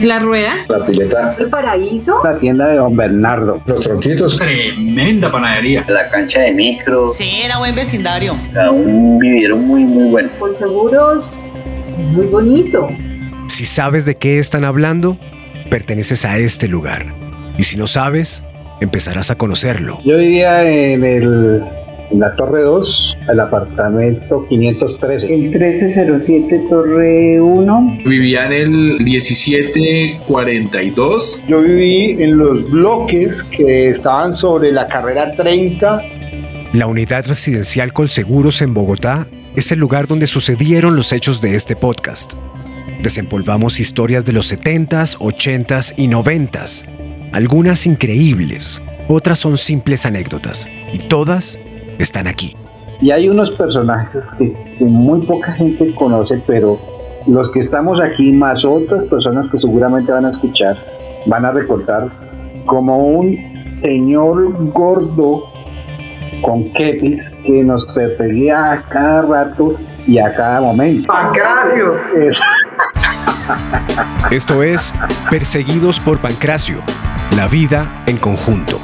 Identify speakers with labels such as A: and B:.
A: La rueda.
B: La pileta.
C: El paraíso.
D: La tienda de Don Bernardo.
B: Los tronquitos.
E: Tremenda panadería.
F: La cancha de micro.
G: Sí, era buen vecindario.
F: Era un vividero muy, muy bueno.
C: Con seguros es muy bonito.
H: Si sabes de qué están hablando, perteneces a este lugar. Y si no sabes, empezarás a conocerlo.
D: Yo vivía en, el, en la Torre 2, al apartamento 513.
I: El 1307 Torre 1.
J: Vivía en el 1742.
K: Yo viví en los bloques que estaban sobre la carrera 30.
H: La unidad residencial Colseguros en Bogotá es el lugar donde sucedieron los hechos de este podcast. Desempolvamos historias de los 70s, 80s y 90s algunas increíbles, otras son simples anécdotas, y todas están aquí.
D: Y hay unos personajes que, que, muy poca gente conoce, pero los que estamos aquí, más otras personas que seguramente van a escuchar, van a recordar como un señor gordo con kepis que nos perseguía a cada rato y a cada momento.
K: ¡Pancracio!
H: Esto es Perseguidos por Pancracio, la vida en conjunto.